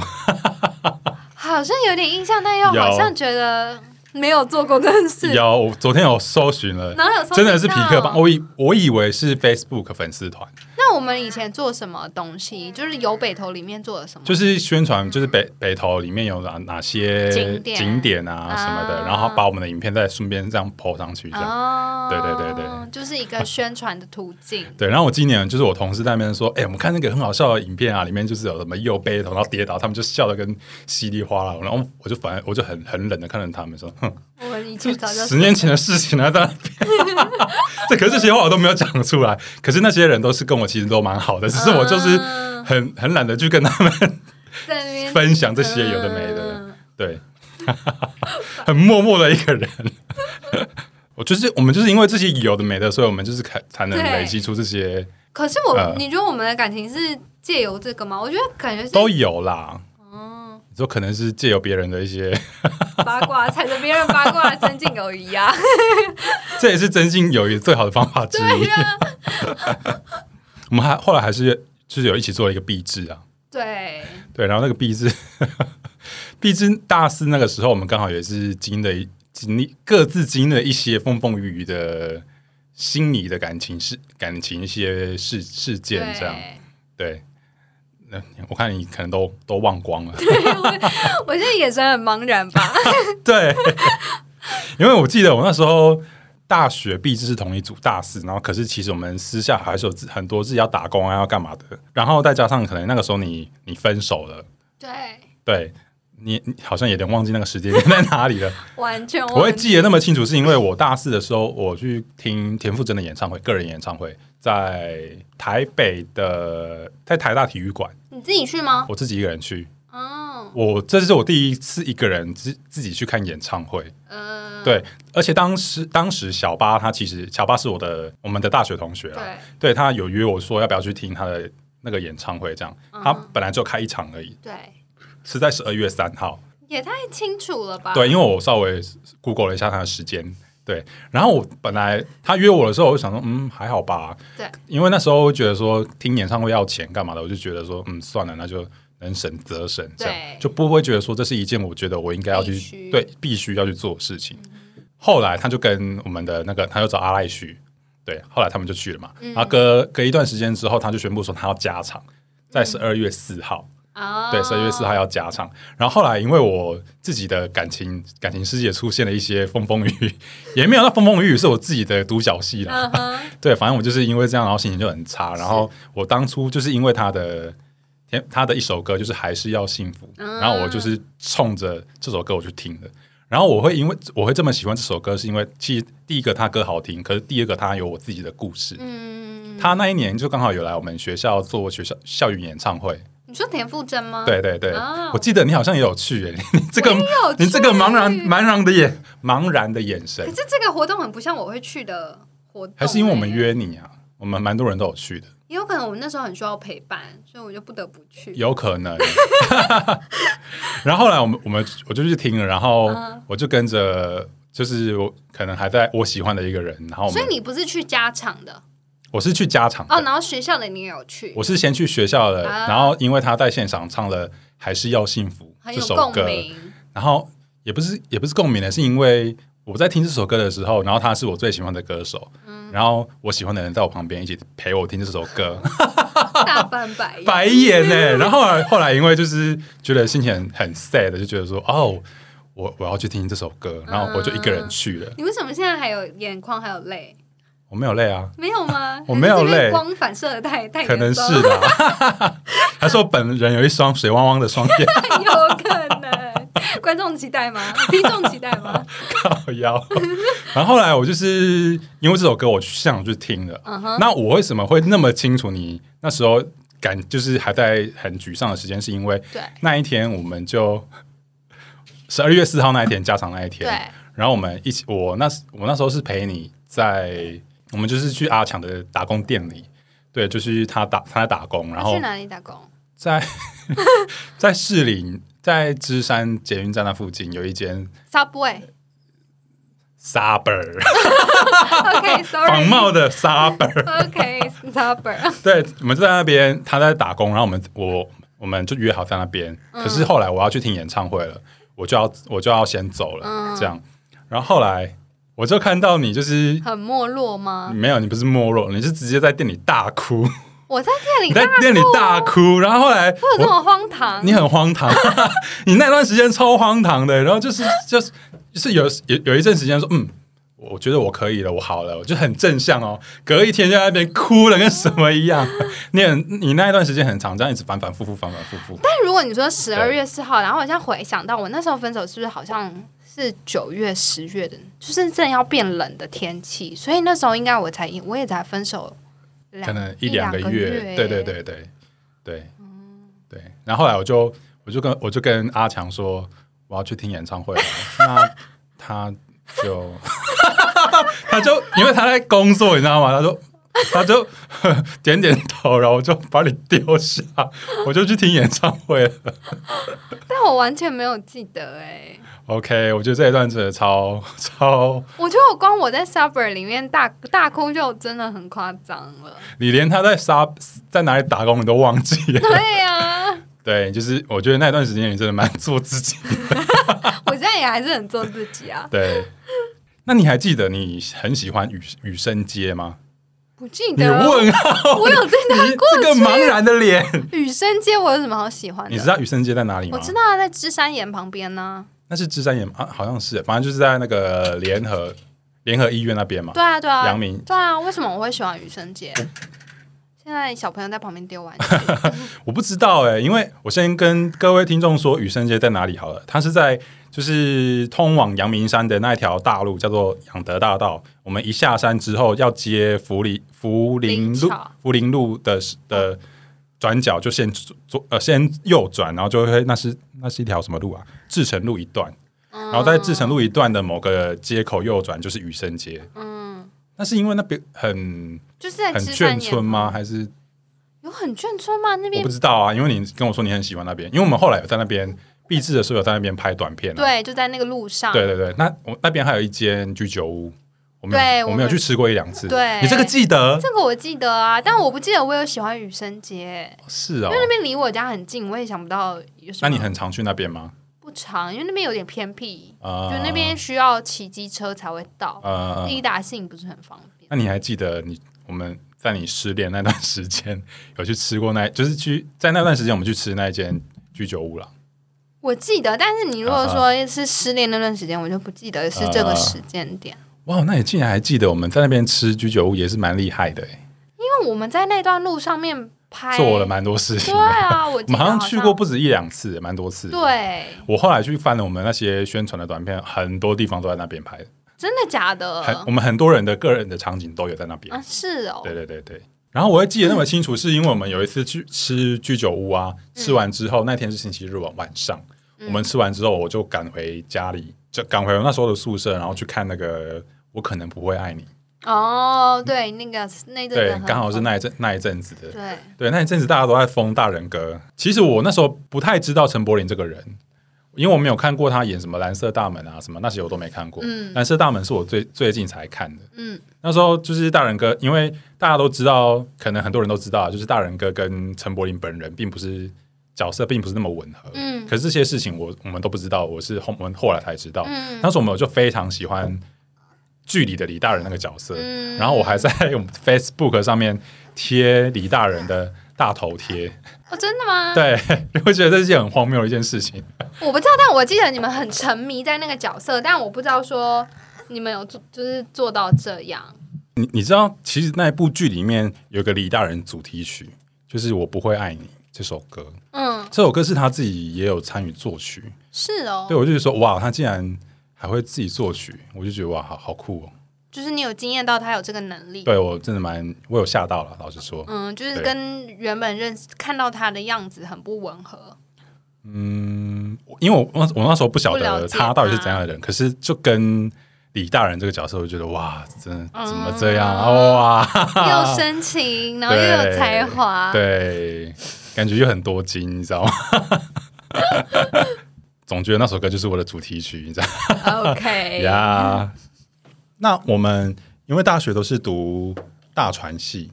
Speaker 2: 好像有点印象，但又
Speaker 1: 有
Speaker 2: 好像觉得没有做过这件事，
Speaker 1: 有，我昨天有搜寻了，
Speaker 2: 哪有搜寻到
Speaker 1: 真的是皮克帮，我以我以为是 Facebook 粉丝团，
Speaker 2: 那我们以前做什么东西？就是有北投里面做了什么？
Speaker 1: 就是宣传，就是北北投里面有哪哪些
Speaker 2: 嗯景点
Speaker 1: 点啊什么的，
Speaker 2: 啊
Speaker 1: 然后把我们的影片再顺便这样 po 上去，这样。
Speaker 2: 哦，
Speaker 1: 对对对对，。
Speaker 2: 就是一个宣传的途径
Speaker 1: 对，然后我今年就是我同事在那边说，哎、我们看那个很好笑的影片啊，里面就是有什么右背头，然后跌倒，他们就笑得跟稀里哗啦，然后我就反而我就很很冷的看着他们说，哼，
Speaker 2: 我们以
Speaker 1: 这
Speaker 2: 前早就
Speaker 1: 十年前的事情了、啊，在那边， 对，可是这些话我都没有讲出来，可是那些人都是跟我其实都蛮好的，只是我就是
Speaker 2: 嗯
Speaker 1: 很很懒得去跟他们
Speaker 2: 在那边
Speaker 1: 分享这些有的没
Speaker 2: 嗯
Speaker 1: 的，对，很默默的一个人。 我就是我们就是因为这些有的没的，所以我们就是才才能
Speaker 2: 对
Speaker 1: 累积出这些
Speaker 2: 可是我，
Speaker 1: 呃
Speaker 2: 你觉得我们的感情是借由这个吗？我觉得感觉是
Speaker 1: 都有啦。
Speaker 2: 嗯
Speaker 1: 你说可能是借由别人的一些，
Speaker 2: 八卦，踩着别人八卦增进友谊 啊。
Speaker 1: 这也是增进友谊最好的方法之一。 我们还后来还是就是有一起做了一个壁纸啊，
Speaker 2: 对，
Speaker 1: 对，然后那个壁纸， 壁纸大四那个时候，我们刚好也是经历了经历各自经历了一些风风雨雨的心理的感情事感情一些事事件这样，
Speaker 2: 对，
Speaker 1: 对。那我看你可能都都忘光了，
Speaker 2: 我现在眼神很茫然吧？
Speaker 1: 对， 因为我记得我那时候大学毕竟是同一组大四，然后可是其实我们私下还是有自很多自己要打工啊，要干嘛的。然后再加上可能那个时候你你分手了，
Speaker 2: 对，
Speaker 1: 对你你好像有点忘记那个时间点在哪里了。
Speaker 2: 完全
Speaker 1: 我会
Speaker 2: 忘记。
Speaker 1: 记得那么清楚，是因为我大四的时候我去听田馥甄的演唱会，个人演唱会在台北的在台大体育馆，
Speaker 2: 你自己去吗？
Speaker 1: 我自己一个人去。
Speaker 2: 哦，
Speaker 1: 我这是我第一次一个人自自己去看演唱会，
Speaker 2: 嗯，
Speaker 1: 对，而且当时当时小巴他其实小巴是我的我们的大学同学啊，
Speaker 2: 对
Speaker 1: 对他有约我说要不要去听他的那个演唱会，这样、
Speaker 2: 嗯
Speaker 1: 他本来就开一场而已，
Speaker 2: 对，
Speaker 1: 是在十二月三号，
Speaker 2: 也太清楚了吧？
Speaker 1: 对，因为我稍微 Google 了一下他的时间，对，然后我本来他约我的时候，我就想说嗯还好吧，
Speaker 2: 对，
Speaker 1: 因为那时候觉得说听演唱会要钱干嘛的，我就觉得说嗯算了，那就。能省则省，这样
Speaker 2: 对
Speaker 1: 就不会觉得说这是一件我觉得我应该要去
Speaker 2: 必须嗯
Speaker 1: 对必须要去做的事情。后来他就跟我们的那个，他就找阿赖许，对，后来他们就去了嘛。
Speaker 2: 嗯
Speaker 1: 然后隔隔一段时间之后，他就宣布说他要加场，
Speaker 2: 嗯
Speaker 1: 在十二月四号，
Speaker 2: 哦，
Speaker 1: 对，十二月四号要加场。然后后来因为我自己的感情感情世界出现了一些风风雨 雨，也没有那风风雨雨是我自己的独角戏啦。
Speaker 2: 嗯哼，
Speaker 1: 对，反正我就是因为这样，然后心情就很差。然后我当初就是因为他的天，他的一首歌就是还是要幸福，
Speaker 2: 嗯
Speaker 1: 然后我就是冲着这首歌我去听的。然后我会因为我会这么喜欢这首歌，是因为其实第一个他歌好听，可是第二个他有我自己的故事。
Speaker 2: 嗯，
Speaker 1: 他那一年就刚好有来我们学校做学校校园演唱会，
Speaker 2: 你说田馥甄吗？，
Speaker 1: 对对对，
Speaker 2: 哦
Speaker 1: 我记得你好像也有去耶， 你这个
Speaker 2: 有
Speaker 1: 你这个茫然
Speaker 2: 去
Speaker 1: 茫然的眼茫然的眼神
Speaker 2: 可，是这个活动很不像我会去的活动，
Speaker 1: 还是因为我们
Speaker 2: 欸
Speaker 1: 约你啊，我们蛮多人都有去的。
Speaker 2: 也有可能我那时候很需要陪伴，所以我就不得不去。
Speaker 1: 有可 能。 然后后来我们我们我就去听了，然后
Speaker 2: 嗯
Speaker 1: 我就跟着，就是我可能还在我喜欢的一个人，然后我
Speaker 2: 所
Speaker 1: 们
Speaker 2: 以你不是去家场的
Speaker 1: 我是去加场的
Speaker 2: 哦，然后学校的你也有去，
Speaker 1: 我是先去学校的，
Speaker 2: 啊
Speaker 1: 然后因为他在现场唱了《还是要幸福》
Speaker 2: 很
Speaker 1: 这
Speaker 2: 有
Speaker 1: 首
Speaker 2: 共
Speaker 1: 歌，
Speaker 2: 鸣。
Speaker 1: 然后也不是也不是共鸣的，是因为我在听这首歌的时候，然后他是我最喜欢的歌手，
Speaker 2: 嗯
Speaker 1: 然后我喜欢的人在我旁边一起陪我听这首 歌，
Speaker 2: 大翻白 眼，
Speaker 1: 白眼呢、然后后来后来因为就是觉得心情很很 sad，就觉得说哦，我我要去听这首歌，
Speaker 2: 嗯
Speaker 1: 然后我就一个人去了，
Speaker 2: 你为什么现在还有眼眶还有泪？
Speaker 1: 我没有累啊，
Speaker 2: 没有吗？
Speaker 1: 我没有
Speaker 2: 还是这边
Speaker 1: 泪
Speaker 2: 光反射的太太
Speaker 1: 可能
Speaker 2: 严
Speaker 1: 是
Speaker 2: 重了
Speaker 1: 的、啊， 他说本人有一双水汪汪的双眼，
Speaker 2: 有可能。观众期待吗？听众期待 吗？
Speaker 1: 靠腰。然后后来我就是因为这首歌，我去现场去听了。
Speaker 2: 嗯哼，
Speaker 1: 那我为什么会那么清楚你那时候感就是还在很沮丧的时间，是因为
Speaker 2: 对
Speaker 1: 那一天我们就十二月四号那一天加场那一天，
Speaker 2: 对，
Speaker 1: 然后我们一起，我那时我那时候是陪你在，我们就是去阿强的打工店里，对，就是他打他在打工，然
Speaker 2: 他
Speaker 1: 后
Speaker 2: 去哪里打工？
Speaker 1: 在 在士林，在芝山捷运站那附近有一间
Speaker 2: Subway。
Speaker 1: Saber
Speaker 2: OK，Sorry。
Speaker 1: 仿冒的 Saber，
Speaker 2: OK，Subway。
Speaker 1: 对，我们就在那边，他在打工，然后我们我我们就约好在那边，可是后来我要去听演唱会了，我就要我就要先走了，
Speaker 2: 嗯
Speaker 1: 这样，然后后来我就看到你，就是
Speaker 2: 很没落吗？
Speaker 1: 没有，你不是没落，你是直接在店里大哭，
Speaker 2: 我在店 里
Speaker 1: 你在
Speaker 2: 大
Speaker 1: 店里大哭，然后后来
Speaker 2: 会有这
Speaker 1: 我
Speaker 2: 么荒唐？
Speaker 1: 你很荒 唐，你那段时间超荒唐的，然后就是就是就是有有有一阵时间说嗯。我觉得我可以了，我好了，我就很正向哦。隔一天就在那边哭了，跟什么一样。你很你那一段时间很长，这样一直反反复复，反反复复。
Speaker 2: 但如果你说十二月四号，然后我现在回想到我那时候分手，是不是好像是九月、十月的，就是正要变冷的天气，所以那时候应该我才我也才分手两，
Speaker 1: 可能
Speaker 2: 一
Speaker 1: 一两
Speaker 2: 个
Speaker 1: 个月，
Speaker 2: 欸
Speaker 1: 对对，对对对，对。然后后来我就我就跟我就跟阿强说，我要去听演唱会 了，那他就他就因为他在工作，你知道吗？他就他就 点点头，然后我就把你丢下，我就去听演唱会了。
Speaker 2: 但我完全没有记得哎、
Speaker 1: OK，我觉得这一段真的超超，
Speaker 2: 我觉得我光我在 Subway 里面大大哭就真的很夸张了，
Speaker 1: 你连他在沙在哪里打工你都忘记了。
Speaker 2: 对呀、
Speaker 1: 对，就是我觉得那段时间你真的蛮做自己的
Speaker 2: 我现在也还是很做自己啊，
Speaker 1: 对，那你还记得你很喜欢羽羽生街吗？
Speaker 2: 不记
Speaker 1: 你
Speaker 2: 得
Speaker 1: 问号，
Speaker 2: 啊 我有真的
Speaker 1: 你这个茫然的脸，
Speaker 2: 雨生街，我有什么好喜欢的？
Speaker 1: 你知道羽生街在哪里吗？
Speaker 2: 我知，道啊在芝山岩旁边呢、
Speaker 1: 那是芝山岩啊，好像是，反正就是在那个联合联合医院那边嘛。
Speaker 2: 对啊，对啊，
Speaker 1: 阳明
Speaker 2: 对啊，为什么我会喜欢羽生结？现在小朋友在旁边丢玩 具，
Speaker 1: 我不知道哎、因为我先跟各位听众说羽生街在哪里好了，它是在就是通往阳明山的那一条大路，叫做养德大道。我们一下山之后要接福林福林
Speaker 2: 林
Speaker 1: 路
Speaker 2: 桥
Speaker 1: 福林路的的转角，就先左呃先右转，然后就会那是那是一条什么路啊？至诚路一段，
Speaker 2: 然
Speaker 1: 然后在至诚路一段的某个街口右转就是羽生街。
Speaker 2: 嗯，
Speaker 1: 那是因为那边很
Speaker 2: 就是在
Speaker 1: 很
Speaker 2: 芝
Speaker 1: 眷
Speaker 2: 山岩
Speaker 1: 村吗？？还是
Speaker 2: 有很眷村吗？那
Speaker 1: 我
Speaker 2: 边
Speaker 1: 不知道啊，因为你跟我说你很喜欢那边，因为我们后来有在那边闭志的时候有在那边拍短片、啊。
Speaker 2: 对，啊就在那个路上。
Speaker 1: 对对对那我那边还有一间居酒屋，我们
Speaker 2: 对
Speaker 1: 有我
Speaker 2: 我
Speaker 1: 们有
Speaker 2: 们
Speaker 1: 去吃过一两次。
Speaker 2: 对
Speaker 1: 你这个记得
Speaker 2: 这个我记得啊，但我不记得我有喜欢羽生结，
Speaker 1: 是哦
Speaker 2: 因为？那边离我家很近，我也想不到有什
Speaker 1: 那
Speaker 2: 么。
Speaker 1: 你很常去那边吗？
Speaker 2: 不长，因为那边有点偏僻，
Speaker 1: 啊、
Speaker 2: 就那边需要骑机车才会到，
Speaker 1: 呃，
Speaker 2: 易达性不是很方便。
Speaker 1: 那你还记得你我们在你失恋那段时间有去吃过那，就是去在那段时间我们去吃那一间居酒屋了。
Speaker 2: 我记得，但是你如果
Speaker 1: 啊
Speaker 2: 说是失恋那段时间，我就不记得是这个时间点，
Speaker 1: 哇，那你竟然还记得我们在那边吃居酒屋也是蛮厉害的、欸，
Speaker 2: 因为我们在那段路上面拍
Speaker 1: 做了蛮多事情
Speaker 2: 对
Speaker 1: 的。
Speaker 2: 啊，我
Speaker 1: 我
Speaker 2: 记得
Speaker 1: 们好像去过
Speaker 2: 好
Speaker 1: 不止一两次，蛮多次。
Speaker 2: 像对，
Speaker 1: 我后来去翻了我们那些宣传的短片，很多地方都在那边拍，
Speaker 2: 真的假的？
Speaker 1: 很我们很多人的个人的场景都有在那边。
Speaker 2: 嗯啊，是哦，
Speaker 1: 嗯对对对对。然后我会记得那么清楚，是因为我们有一次去吃居酒屋啊，
Speaker 2: 嗯
Speaker 1: 吃完之后那天是星期日晚晚上，我们吃完之后我就赶回家里，就赶回我那时候的宿舍，然后去看那个《我可能不会爱你》，
Speaker 2: 哦，对，那个那阵子
Speaker 1: 对
Speaker 2: 很，
Speaker 1: 刚好是那一阵那一阵子的，
Speaker 2: 对，
Speaker 1: 对，那一阵子大家都在封大人哥。其实我那时候不太知道陈柏霖这个人，因为我没有看过他演什么《蓝色大门》啊，什么那些我都没看过。
Speaker 2: 嗯
Speaker 1: 蓝色大门》是我最最近才看的。
Speaker 2: 嗯，
Speaker 1: 那时候就是大人哥，因为大家都知道，可能很多人都知道，啊就是大人哥跟陈柏霖本人并不是角色，并不是那么吻合。
Speaker 2: 嗯
Speaker 1: 可是这些事情我我们都不知道，我是后我们后来才知道。
Speaker 2: 嗯
Speaker 1: 当时我们就非常喜欢剧里的李大人那个角色，
Speaker 2: 嗯
Speaker 1: 然后我还在我们 Facebook 上面贴李大人的大头贴，
Speaker 2: 哦，真的 吗？
Speaker 1: 对，我觉得这是一件很荒谬的一件事情。
Speaker 2: 我不知道，但我记得你们很沉迷在那个角色，但我不知道说你们有做，就是做到这样。
Speaker 1: 你你知道，其实那一部剧里面有一个李大人主题曲，就是《我不会爱你》这首歌，
Speaker 2: 嗯，
Speaker 1: 这首歌是他自己也有参与作曲。
Speaker 2: 是哦，
Speaker 1: 对，我就是说，哇，他竟然还会自己作曲，我就觉得哇，好好酷哦！
Speaker 2: 就是你有惊艳到他有这个能力。
Speaker 1: 对我真的蛮，我有吓到了，老实说，
Speaker 2: 嗯，就是
Speaker 1: 对
Speaker 2: 跟原本认识看到他的样子很不吻合。
Speaker 1: 嗯，因为我我我那时候不晓
Speaker 2: 不了
Speaker 1: 得
Speaker 2: 解嗯
Speaker 1: 他到底是
Speaker 2: 他
Speaker 1: 怎样的人，可是就跟李大人这个角色，我就觉得哇，真的怎么这样、
Speaker 2: 嗯
Speaker 1: 哇？
Speaker 2: 又深情，然后又有才华。
Speaker 1: 对，感觉又很多金，你知道 吗？总觉得那首歌就是我的主题曲，你知道
Speaker 2: OK，
Speaker 1: 呀。那我们因为大学都是读大传系，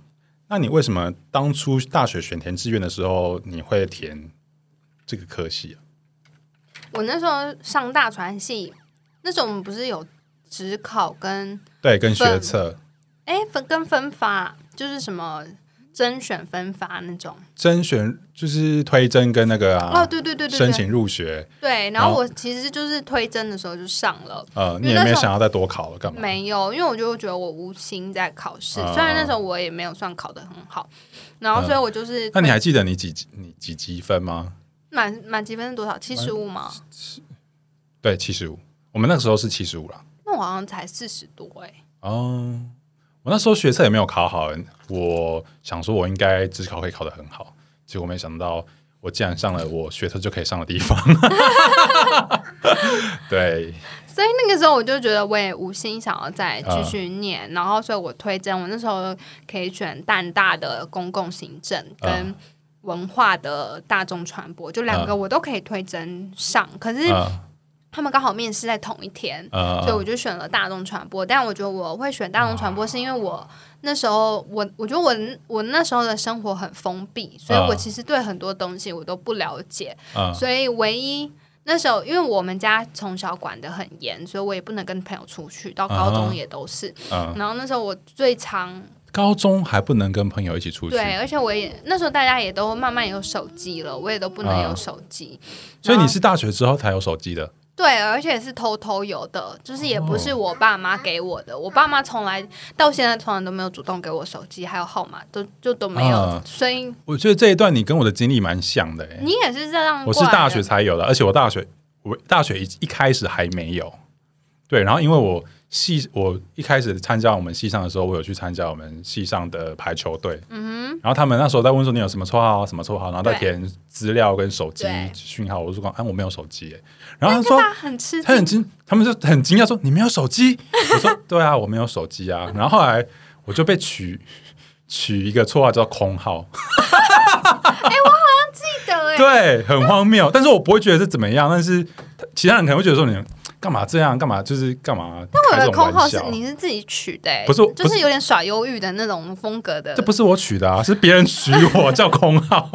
Speaker 1: 那你为什么当初大学选填志愿的时候，你会填这个科系啊？
Speaker 2: 我那时候上大传系，那时候我们不是有职考跟
Speaker 1: 对，跟学
Speaker 2: 分
Speaker 1: 测
Speaker 2: 哎分跟分发，就是什么甄选分发那种。
Speaker 1: 甄选就是推甄跟那个啊，
Speaker 2: 哦，对对对对
Speaker 1: 申
Speaker 2: 对，
Speaker 1: 请入学，
Speaker 2: 对。然后
Speaker 1: 然后
Speaker 2: 我其实就是推甄的时候就上了。
Speaker 1: 呃，
Speaker 2: 因为
Speaker 1: 你也
Speaker 2: 那
Speaker 1: 没
Speaker 2: 时候
Speaker 1: 想要再多考了，干嘛？
Speaker 2: 没有，因为我就觉得我无心在考试，
Speaker 1: 啊
Speaker 2: 虽然那时候我也没有算考的很好，然后所以我就是
Speaker 1: 那你还记得你几你几积分吗？
Speaker 2: 满满积分是多少？七十五吗？
Speaker 1: 对，七十五。我们那个时候是七十五啦。
Speaker 2: 那我好像才四十多哎、
Speaker 1: 哦，我那时候学测也没有考好，我想说我应该职考可以考得很好，结果没想到我竟然上了我学测就可以上的地方。 对，
Speaker 2: 所以那个时候我就觉得我也无心想要再继续念，然后所以我推荐我那时候可以选淡大的公共行政
Speaker 1: 啊
Speaker 2: 跟文化的大众传播，就两个我都可以推荐上，可是
Speaker 1: 啊
Speaker 2: 他们刚好面试在同一天。所以
Speaker 1: 呃
Speaker 2: 我就选了大众传播，但我觉得我会选大众传播，是因为我那时候我我觉得我我那时候的生活很封闭，所以我
Speaker 1: 啊
Speaker 2: 其实对很多东西我都不了解，
Speaker 1: 呃，
Speaker 2: 所以唯一那时候，因为我们家从小管得很严，所以我也不能跟朋友出去，到高
Speaker 1: 啊哈
Speaker 2: 中也都是。
Speaker 1: 啊
Speaker 2: 然后那时候我最常
Speaker 1: 高中还不能跟朋友一起出去，
Speaker 2: 对，而且我也那时候大家也都慢慢有手机了，我也都不能
Speaker 1: 啊
Speaker 2: 有手机。
Speaker 1: 所以
Speaker 2: 然后
Speaker 1: 你是大学之后才有手机的。
Speaker 2: 对，而且是偷偷有的，就是也不是
Speaker 1: 哦
Speaker 2: 我爸妈给我的，我爸妈从来到现在从来都没有主动给我手机，还有号码都就都没有，
Speaker 1: 啊
Speaker 2: 所以
Speaker 1: 我觉得这一段你跟我的经历蛮像的、欸，
Speaker 2: 你也是这样
Speaker 1: 我
Speaker 2: 过来
Speaker 1: 是
Speaker 2: 的。
Speaker 1: 大学才有的，而且我大学我大学一一开始还没有，对，然后因为我系我一开始参加我们系上的时候，我有去参加我们系上的排球队，嗯然后他们那时候在问说你有什么绰号啊，什么绰号，然后再
Speaker 2: 对
Speaker 1: 填资料跟手机
Speaker 2: 对
Speaker 1: 讯号，我就说哎、啊、我没有手机、欸，然后他
Speaker 2: 就
Speaker 1: 说
Speaker 2: 大家很吃
Speaker 1: 他
Speaker 2: 惊
Speaker 1: 很，惊，他们就很惊讶说：“你没有手机？”我 说：“对啊，我没有手机啊。”然后后来我就被取取一个绰号叫“空号
Speaker 2: 记得”，哎，
Speaker 1: 对，啊很荒谬。但是我不会觉得是怎么样，但是其他人可能会觉得说你干嘛这样，干嘛就是干嘛
Speaker 2: 但
Speaker 1: 开
Speaker 2: 我
Speaker 1: 这
Speaker 2: 的
Speaker 1: 种
Speaker 2: 空号
Speaker 1: 玩
Speaker 2: 是
Speaker 1: 笑。
Speaker 2: 你是自己取的、欸，
Speaker 1: 不是我
Speaker 2: 就
Speaker 1: 不是
Speaker 2: 是有点耍忧郁的那种风格的
Speaker 1: 这，不是我取的啊，是别人取我叫空号。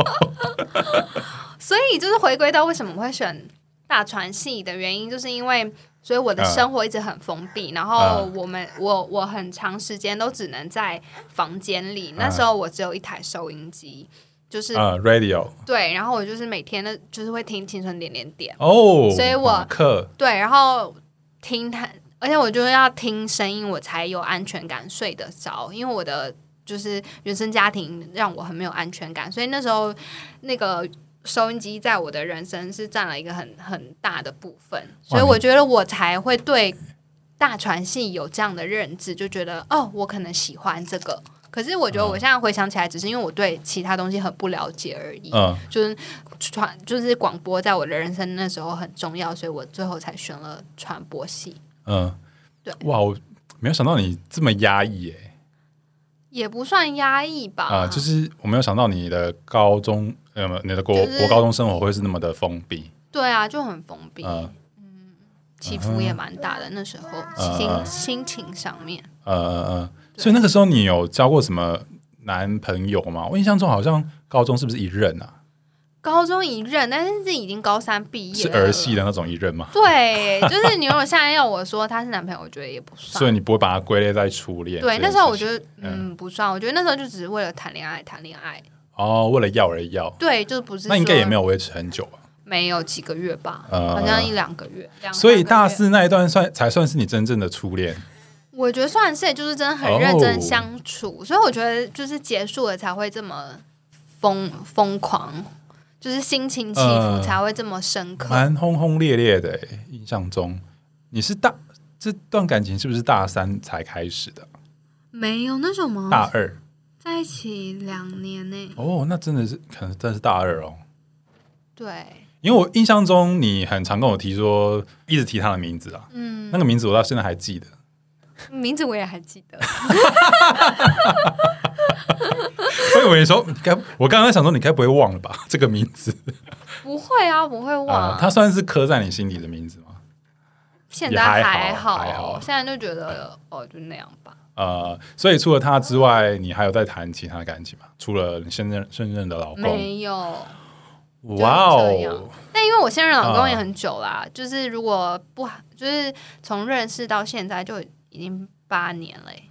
Speaker 2: 所以就是回归到为什么会选大传系的原因，就是因为。所以我的
Speaker 1: 嗯
Speaker 2: 生活一直很封闭，然后我们我我很长时间都只能在房间里。那时候我只有一台收音机， 就是、
Speaker 1: 呃，radio
Speaker 2: 对，然后我就是每天的，就是会听《青春点点点》，
Speaker 1: 哦，
Speaker 2: 所以我
Speaker 1: 马克
Speaker 2: 对，然后听他，而且我就要听声音，我才有安全感，睡得着。因为我的就是原生家庭让我很没有安全感，所以那时候那个收音机在我的人生是占了一个很很大的部分，所以
Speaker 1: 哇你
Speaker 2: 我觉得我才会对大传系有这样的认知，就觉得哦，我可能喜欢这个。可是我觉得我现在回想起来，只是因为我对其他东西很不了解而已。
Speaker 1: 嗯，
Speaker 2: 就是传，就是广播在我的人生那时候很重要，所以我最后才选了传播系。
Speaker 1: 嗯，
Speaker 2: 对
Speaker 1: 哇，我没有想到你这么压抑耶、
Speaker 2: 也不算压抑吧，
Speaker 1: 啊、就是我没有想到你的高中，呃，你的国、
Speaker 2: 就是
Speaker 1: 国高中生活会是那么的封闭，
Speaker 2: 对啊，就很封闭，
Speaker 1: 嗯
Speaker 2: 起伏也蛮大的。那时候心、
Speaker 1: 嗯
Speaker 2: 心情上面，
Speaker 1: 呃呃呃，所以那个时候你有交过什么男朋友吗？我印象中好像高中是不是一任啊？
Speaker 2: 高中一任，但是自己已经高三毕业
Speaker 1: 是
Speaker 2: 了，
Speaker 1: 儿戏的那种一任吗？
Speaker 2: 对，就是你如果现在要我说他是男朋友，我觉得也不算。
Speaker 1: 所以你不会把它归类在初恋这
Speaker 2: 对，
Speaker 1: 件事情？
Speaker 2: 那时候我觉得，嗯，不算。我觉得那时候就只是为了谈恋爱，谈恋爱。
Speaker 1: 哦，为了要而要，
Speaker 2: 对，就不是
Speaker 1: 那应该也没
Speaker 2: 有
Speaker 1: 有维持很久吧？
Speaker 2: 没有几个月吧，
Speaker 1: 呃
Speaker 2: 好像一两个月。两
Speaker 1: 所以
Speaker 2: 三个
Speaker 1: 大
Speaker 2: 月
Speaker 1: 四那一段算才算是你真正的初恋
Speaker 2: 我觉得算是，就是真的很认真相处
Speaker 1: 哦
Speaker 2: 所以我觉得就是结束了才会这么疯疯狂，就是心情起伏
Speaker 1: 嗯
Speaker 2: 才会这么深刻。
Speaker 1: 蛮轰轰烈烈的欸、印象中你是大这段感情是不是大三才开始的？
Speaker 2: 嗯没有那种
Speaker 1: 大
Speaker 2: 吗？
Speaker 1: 二？
Speaker 2: 在一起两年呢、
Speaker 1: 哦，那真的是可能真的是大二哦，
Speaker 2: 对，
Speaker 1: 因为我印象中你很常跟我提说，一直提他的名字啊，
Speaker 2: 嗯，
Speaker 1: 那个名字我到现在还记得。
Speaker 2: 名字我也还记得。
Speaker 1: 我以为说你该，我刚刚在想说你该不会忘了吧这个名字
Speaker 2: 不会啊，不会忘。
Speaker 1: 啊？它算是刻在你心底的名字吗？
Speaker 2: 现
Speaker 1: 也
Speaker 2: 在
Speaker 1: 还好
Speaker 2: 好，
Speaker 1: 还好
Speaker 2: 现在就觉得哦，就那样吧。
Speaker 1: 呃，所以除了他之外，你还有在谈其他感情吗？除了你现任现任的老公，
Speaker 2: 没有，
Speaker 1: 哇
Speaker 2: 就是这
Speaker 1: 哦
Speaker 2: 样，但因为我现任老公也
Speaker 1: 啊
Speaker 2: 很久啦，就是如果不好，就是从认识到现在就已经八年了欸、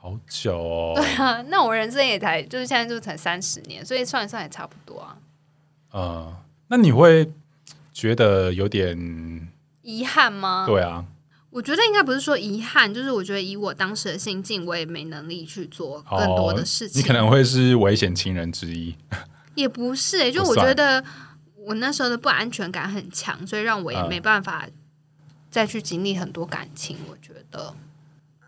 Speaker 1: 好久哦。
Speaker 2: 对啊，那我人生也才就是现在就才三十年，所以算一算也差不多啊。
Speaker 1: 嗯，那你会觉得有
Speaker 2: 嗯
Speaker 1: 点
Speaker 2: 遗憾吗？
Speaker 1: 对啊？
Speaker 2: 我觉得应该不是说遗憾，就是我觉得以我当时的心境，我也没能力去做更多的事
Speaker 1: 哦
Speaker 2: 情。
Speaker 1: 你可能会是危险情人之一。
Speaker 2: 也不是、欸，就
Speaker 1: 不
Speaker 2: 我
Speaker 1: 算
Speaker 2: 觉得我那时候的不安全感很强，所以让我也
Speaker 1: 嗯
Speaker 2: 没办法再去经历很多感情。我觉得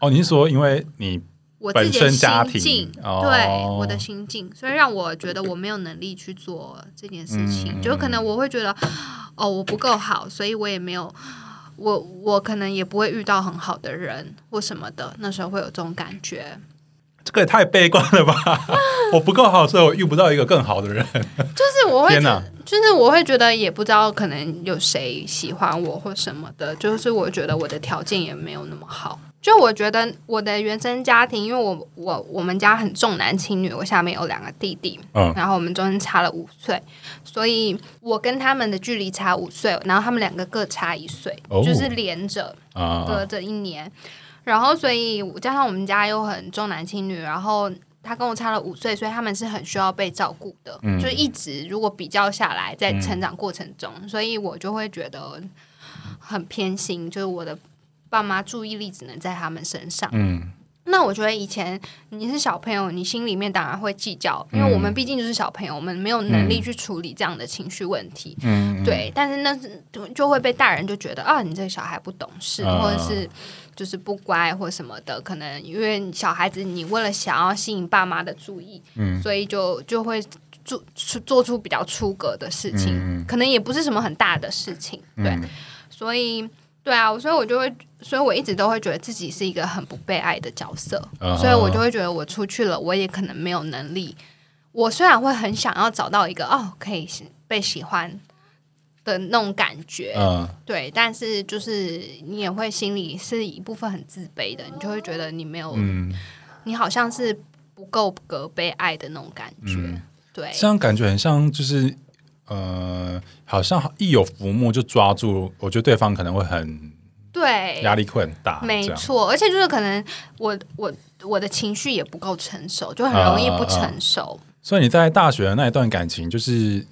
Speaker 1: 哦，你是说因为你
Speaker 2: 我自
Speaker 1: 本
Speaker 2: 己的
Speaker 1: 身家
Speaker 2: 心
Speaker 1: 庭
Speaker 2: 境，
Speaker 1: 哦
Speaker 2: 对我的心境，所以让我觉得我没有能力去做这件事情。
Speaker 1: 嗯
Speaker 2: 就可能我会觉得，哦，我不够好，所以我也没有。我我可能也不会遇到很好的人或什么的，那时候会有这种感觉，
Speaker 1: 这个也太悲观了吧？ 我不够好，所以我遇不到一个更好的人。
Speaker 2: 就是我会
Speaker 1: 天哪！
Speaker 2: 就是我会觉得也不知道可能有谁喜欢我或什么的，就是我觉得我的条件也没有那么好。就我觉得我的原生家庭，因为我我我们家很重男轻女，我下面有两个弟弟，
Speaker 1: 嗯
Speaker 2: 然后我们中间差了五岁，所以我跟他们的距离差五岁，然后他们两个各差一岁，
Speaker 1: 哦
Speaker 2: 就是连着
Speaker 1: 啊
Speaker 2: 隔着一年。然后，所以加上我们家又很重男轻女，然后他跟我差了五岁，所以他们是很需要被照顾的。
Speaker 1: 嗯
Speaker 2: 就是一直如果比较下来，在成长过程中，所以我就会觉得很偏心，就是我的爸妈注意力只能在他们身上。
Speaker 1: 嗯，
Speaker 2: 那我觉得以前你是小朋友，你心里面当然会计较，因为我
Speaker 1: 嗯
Speaker 2: 们毕竟就是小朋友，我们没有能力去处理这样的情绪问题。
Speaker 1: 嗯，
Speaker 2: 对，但是那是就就会被大人就觉得啊，你这个小孩不懂事，
Speaker 1: 啊
Speaker 2: 或者是就是不乖或什么的，可能因为小孩子你为了想要吸引爸妈的注意，
Speaker 1: 嗯
Speaker 2: 所以就就会做出做出比较出格的事情，
Speaker 1: 嗯
Speaker 2: 可能也不是什么很大的事情，对，
Speaker 1: 嗯
Speaker 2: 所以。对啊，所以我就会，所以我一直都会觉得自己是一个很不被爱的角色，
Speaker 1: 啊
Speaker 2: 所以我就会觉得我出去了，我也可能没有能力。我虽然会很想要找到一个哦可以喜被喜欢的那种感觉，
Speaker 1: 嗯
Speaker 2: 对，但是就是你也会心里是一部分很自卑的，你就会觉得你没有，
Speaker 1: 嗯，
Speaker 2: 你好像是不够格被爱的那种感觉，
Speaker 1: 嗯
Speaker 2: 对，
Speaker 1: 这样感觉很像就是呃，好像一有浮木就抓住，我觉得对方可能会很
Speaker 2: 对，
Speaker 1: 压力会很大，
Speaker 2: 哎没
Speaker 1: 这样
Speaker 2: 错，而且就是可能我我我的情绪也不够成熟，就很容易
Speaker 1: 啊
Speaker 2: 不成熟。
Speaker 1: 所以你在大学的那一段感情，就是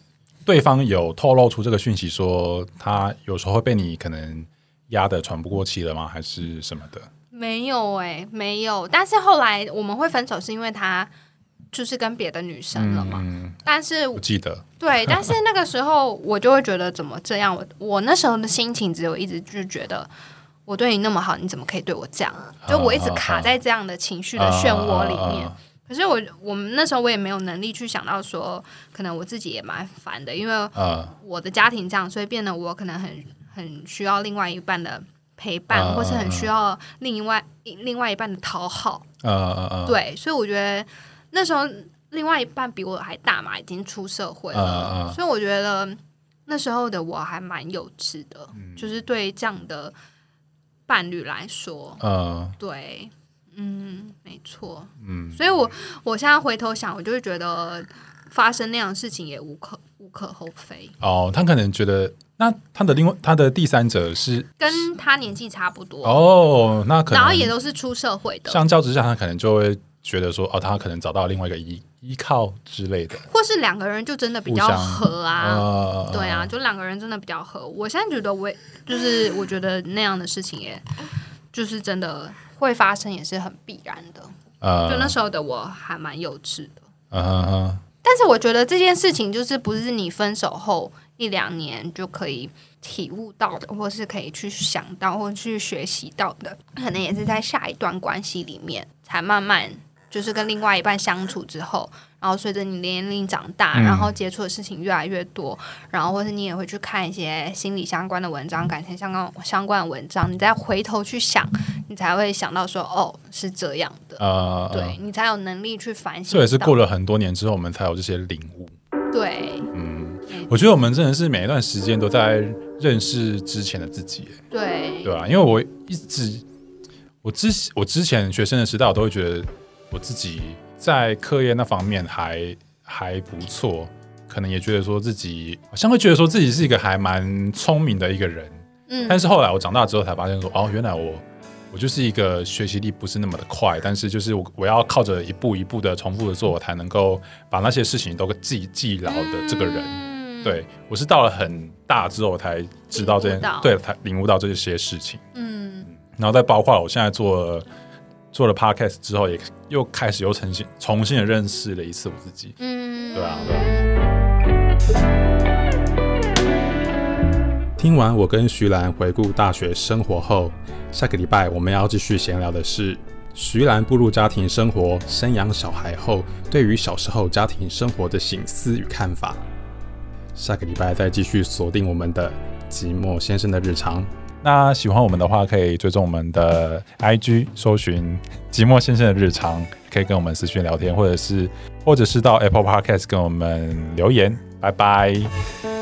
Speaker 1: 对方有透露出这个讯息说，他有时候会被你可能压得喘不过气了吗？还是什么的？
Speaker 2: 没有哎、没有。但是后来我们会分手，是因为他就是跟别的女生了嘛。
Speaker 1: 嗯，
Speaker 2: 但是
Speaker 1: 我记得，
Speaker 2: 对，但是那个时候我就会觉得怎么这样？我我那时候的心情只有一直就觉得。我对你那么好，你怎么可以对我这样？就我一直卡在这样的情绪的
Speaker 1: 哦
Speaker 2: 漩涡里面。
Speaker 1: 啊
Speaker 2: 可是我我们那时候我也没有能力去想到说，可能我自己也蛮烦的，因为
Speaker 1: 啊啊
Speaker 2: 我的家庭这样，所以变得我可能很很需要另外一半的陪伴，
Speaker 1: 嗯
Speaker 2: 或是很需要另外另外一半的讨好。
Speaker 1: 啊啊！啊，
Speaker 2: 对，所以我觉得那时候另外一半比我还大嘛，已经出社会了，
Speaker 1: 嗯嗯
Speaker 2: 所以我觉得那时候的我还蛮幼稚的，
Speaker 1: 嗯
Speaker 2: 就是对这样的伴侣来说，
Speaker 1: 呃，
Speaker 2: 对，嗯，没错。
Speaker 1: 嗯，
Speaker 2: 所以我我现在回头想，我就会觉得发生那样的事情也无可无可厚非，
Speaker 1: 哦，他可能觉得，那他的另外他的第三者是
Speaker 2: 跟他年纪差不多，
Speaker 1: 哦，那可能
Speaker 2: 然后也都是出社会的，
Speaker 1: 相较之下，他可能就会觉得说，哦，他可能找到另外一个依依靠之类的，
Speaker 2: 或是两个人就真的比较
Speaker 1: 互相
Speaker 2: 合啊。
Speaker 1: 啊
Speaker 2: 对啊，，就两个人真的比较合。我现在觉得我也，就是我觉得那样的事情也，就是真的会发生，也是很必然的。
Speaker 1: 呃，
Speaker 2: 就那时候的我还蛮幼稚的。
Speaker 1: 嗯哼哼
Speaker 2: 但是我觉得这件事情就是不是你分手后一两年就可以体悟到的，或是可以去想到或去学习到的，可能也是在下一段关系里面才慢慢就是跟另外一半相处之后，然后随着你年龄长大，
Speaker 1: 嗯
Speaker 2: 然后接触的事情越来越多，然后或是你也会去看一些心理相关的文章、感情相关相关的文章，你再回头去想，你才会想到说哦是这样的，
Speaker 1: 呃，
Speaker 2: 对你才有能力去反省到。
Speaker 1: 这也是过了很多年之后，我们才有这些领悟。
Speaker 2: 对。
Speaker 1: 嗯，我觉得我们真的是每一段时间都在认识之前的自己，耶
Speaker 2: 对
Speaker 1: 对吧、因为我一直，我之我之前学生的时代，我都会觉得我自己在课业那方面还还不错，可能也觉得说自己好像会觉得说自己是一个还蛮聪明的一个人，
Speaker 2: 嗯，
Speaker 1: 但是后来我长大之后才发现说，哦，原来我我就是一个学习力不是那么的快，但是就是我我要靠着一步一步的重复的做，我才能够把那些事情都记记牢的这个人。
Speaker 2: 嗯，
Speaker 1: 对我是到了很大之后我才知道这
Speaker 2: 领悟到
Speaker 1: 件，对，才领悟到这些事情。
Speaker 2: 嗯，
Speaker 1: 然后再包括我现在做做了 podcast 之后，也又开始又重新重新的认识了一次我自己。
Speaker 2: 嗯，
Speaker 1: 对啊
Speaker 2: 对
Speaker 3: 听完我跟徐兰回顾大学生活后，下个礼拜我们要继续闲聊的是徐兰步入家庭生活、生养小孩后，对于小时候家庭生活的醒思与看法。下个礼拜再继续锁定我们的寂寞先生的日常。
Speaker 1: 那喜欢我们的话，可以追踪我们的 IG，搜寻“寂寞先生的日常”，可以跟我们私讯聊天，或者是或者是到 Apple Podcast 跟我们留言。拜拜。
Speaker 2: 啊，